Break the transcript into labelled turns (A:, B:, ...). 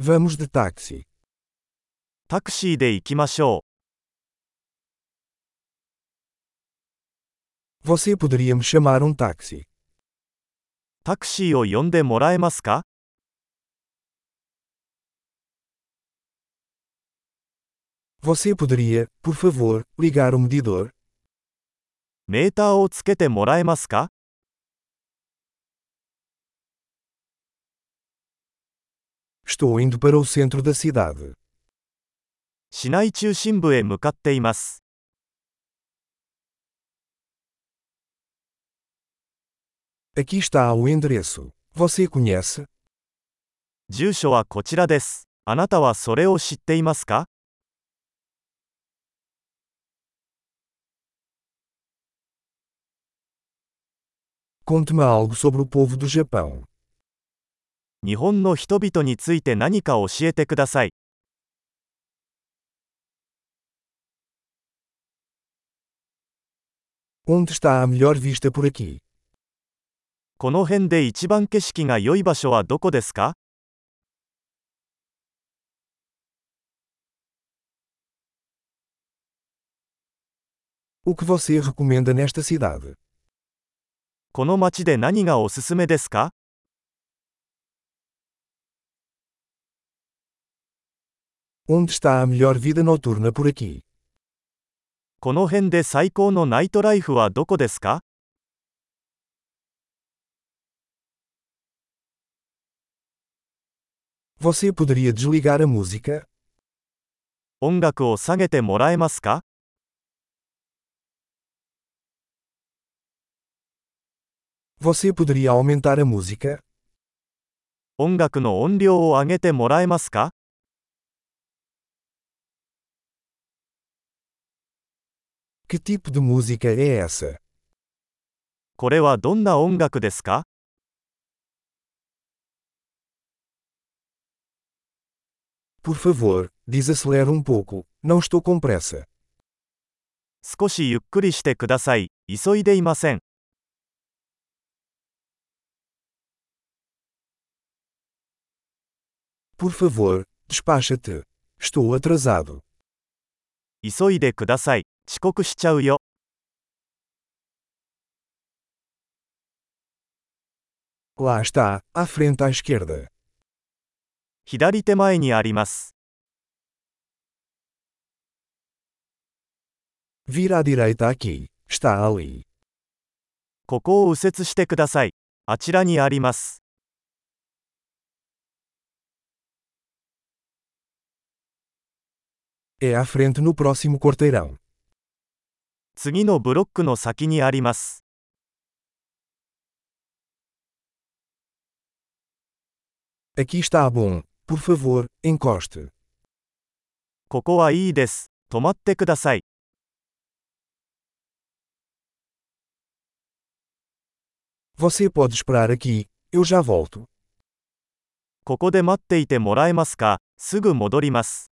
A: Vamos de táxi.
B: タクシーで行きましょ
A: Você poderia me chamar um táxi?
B: う。タクシーを呼んでもらえますか
A: Você poderia, por favor, ligar o medidor?
B: メーターをつけてもらえますか
A: Estou indo para o centro da cidade.
B: 市内中心部へ向かっています。
A: Aqui está o endereço. Você conhece?
B: 住所はこちらです。あなたはそれを知っていますか
A: Conte-me algo sobre o povo do Japão.
B: 日本の人々について何か教えてください。
A: Onde está a melhor vista por aqui?
B: この辺で一番景色が良い場所はどこですか
A: O que você recomenda nesta cidade?
B: この街で何がおすすめですか
A: Onde está a melhor vida noturna por aqui?
B: この辺で最高のナイトライフはどこですか
A: Você poderia desligar a música?
B: 音楽を下げてもらえますか
A: Você poderia aumentar a música?
B: 音楽の音量を上げてもらえますか
A: Que tipo de música é essa?
B: これはどんな音楽ですか
A: Por favor, desacelera um pouco. Não estou com pressa.
B: 少しゆっくりしてください。急いでいません。
A: Por favor, despacha-te. Estou atrasado.
B: 急いでください。遅刻しちゃうよ。
A: Lá está, à frente à esquerda.
B: 左手前にあります。
A: Vira à direita aqui. Está ali.
B: ここを右折してください。あちらにあります。
A: É à frente no próximo quarteirão.
B: 次のブロックの先にあります。
A: Aqui está bom. Por favor, encoste.
B: ここはいいです。止まってください。
A: Você pode esperar aqui. Eu já volto.
B: ここで待っていてもらえますかすぐ戻ります。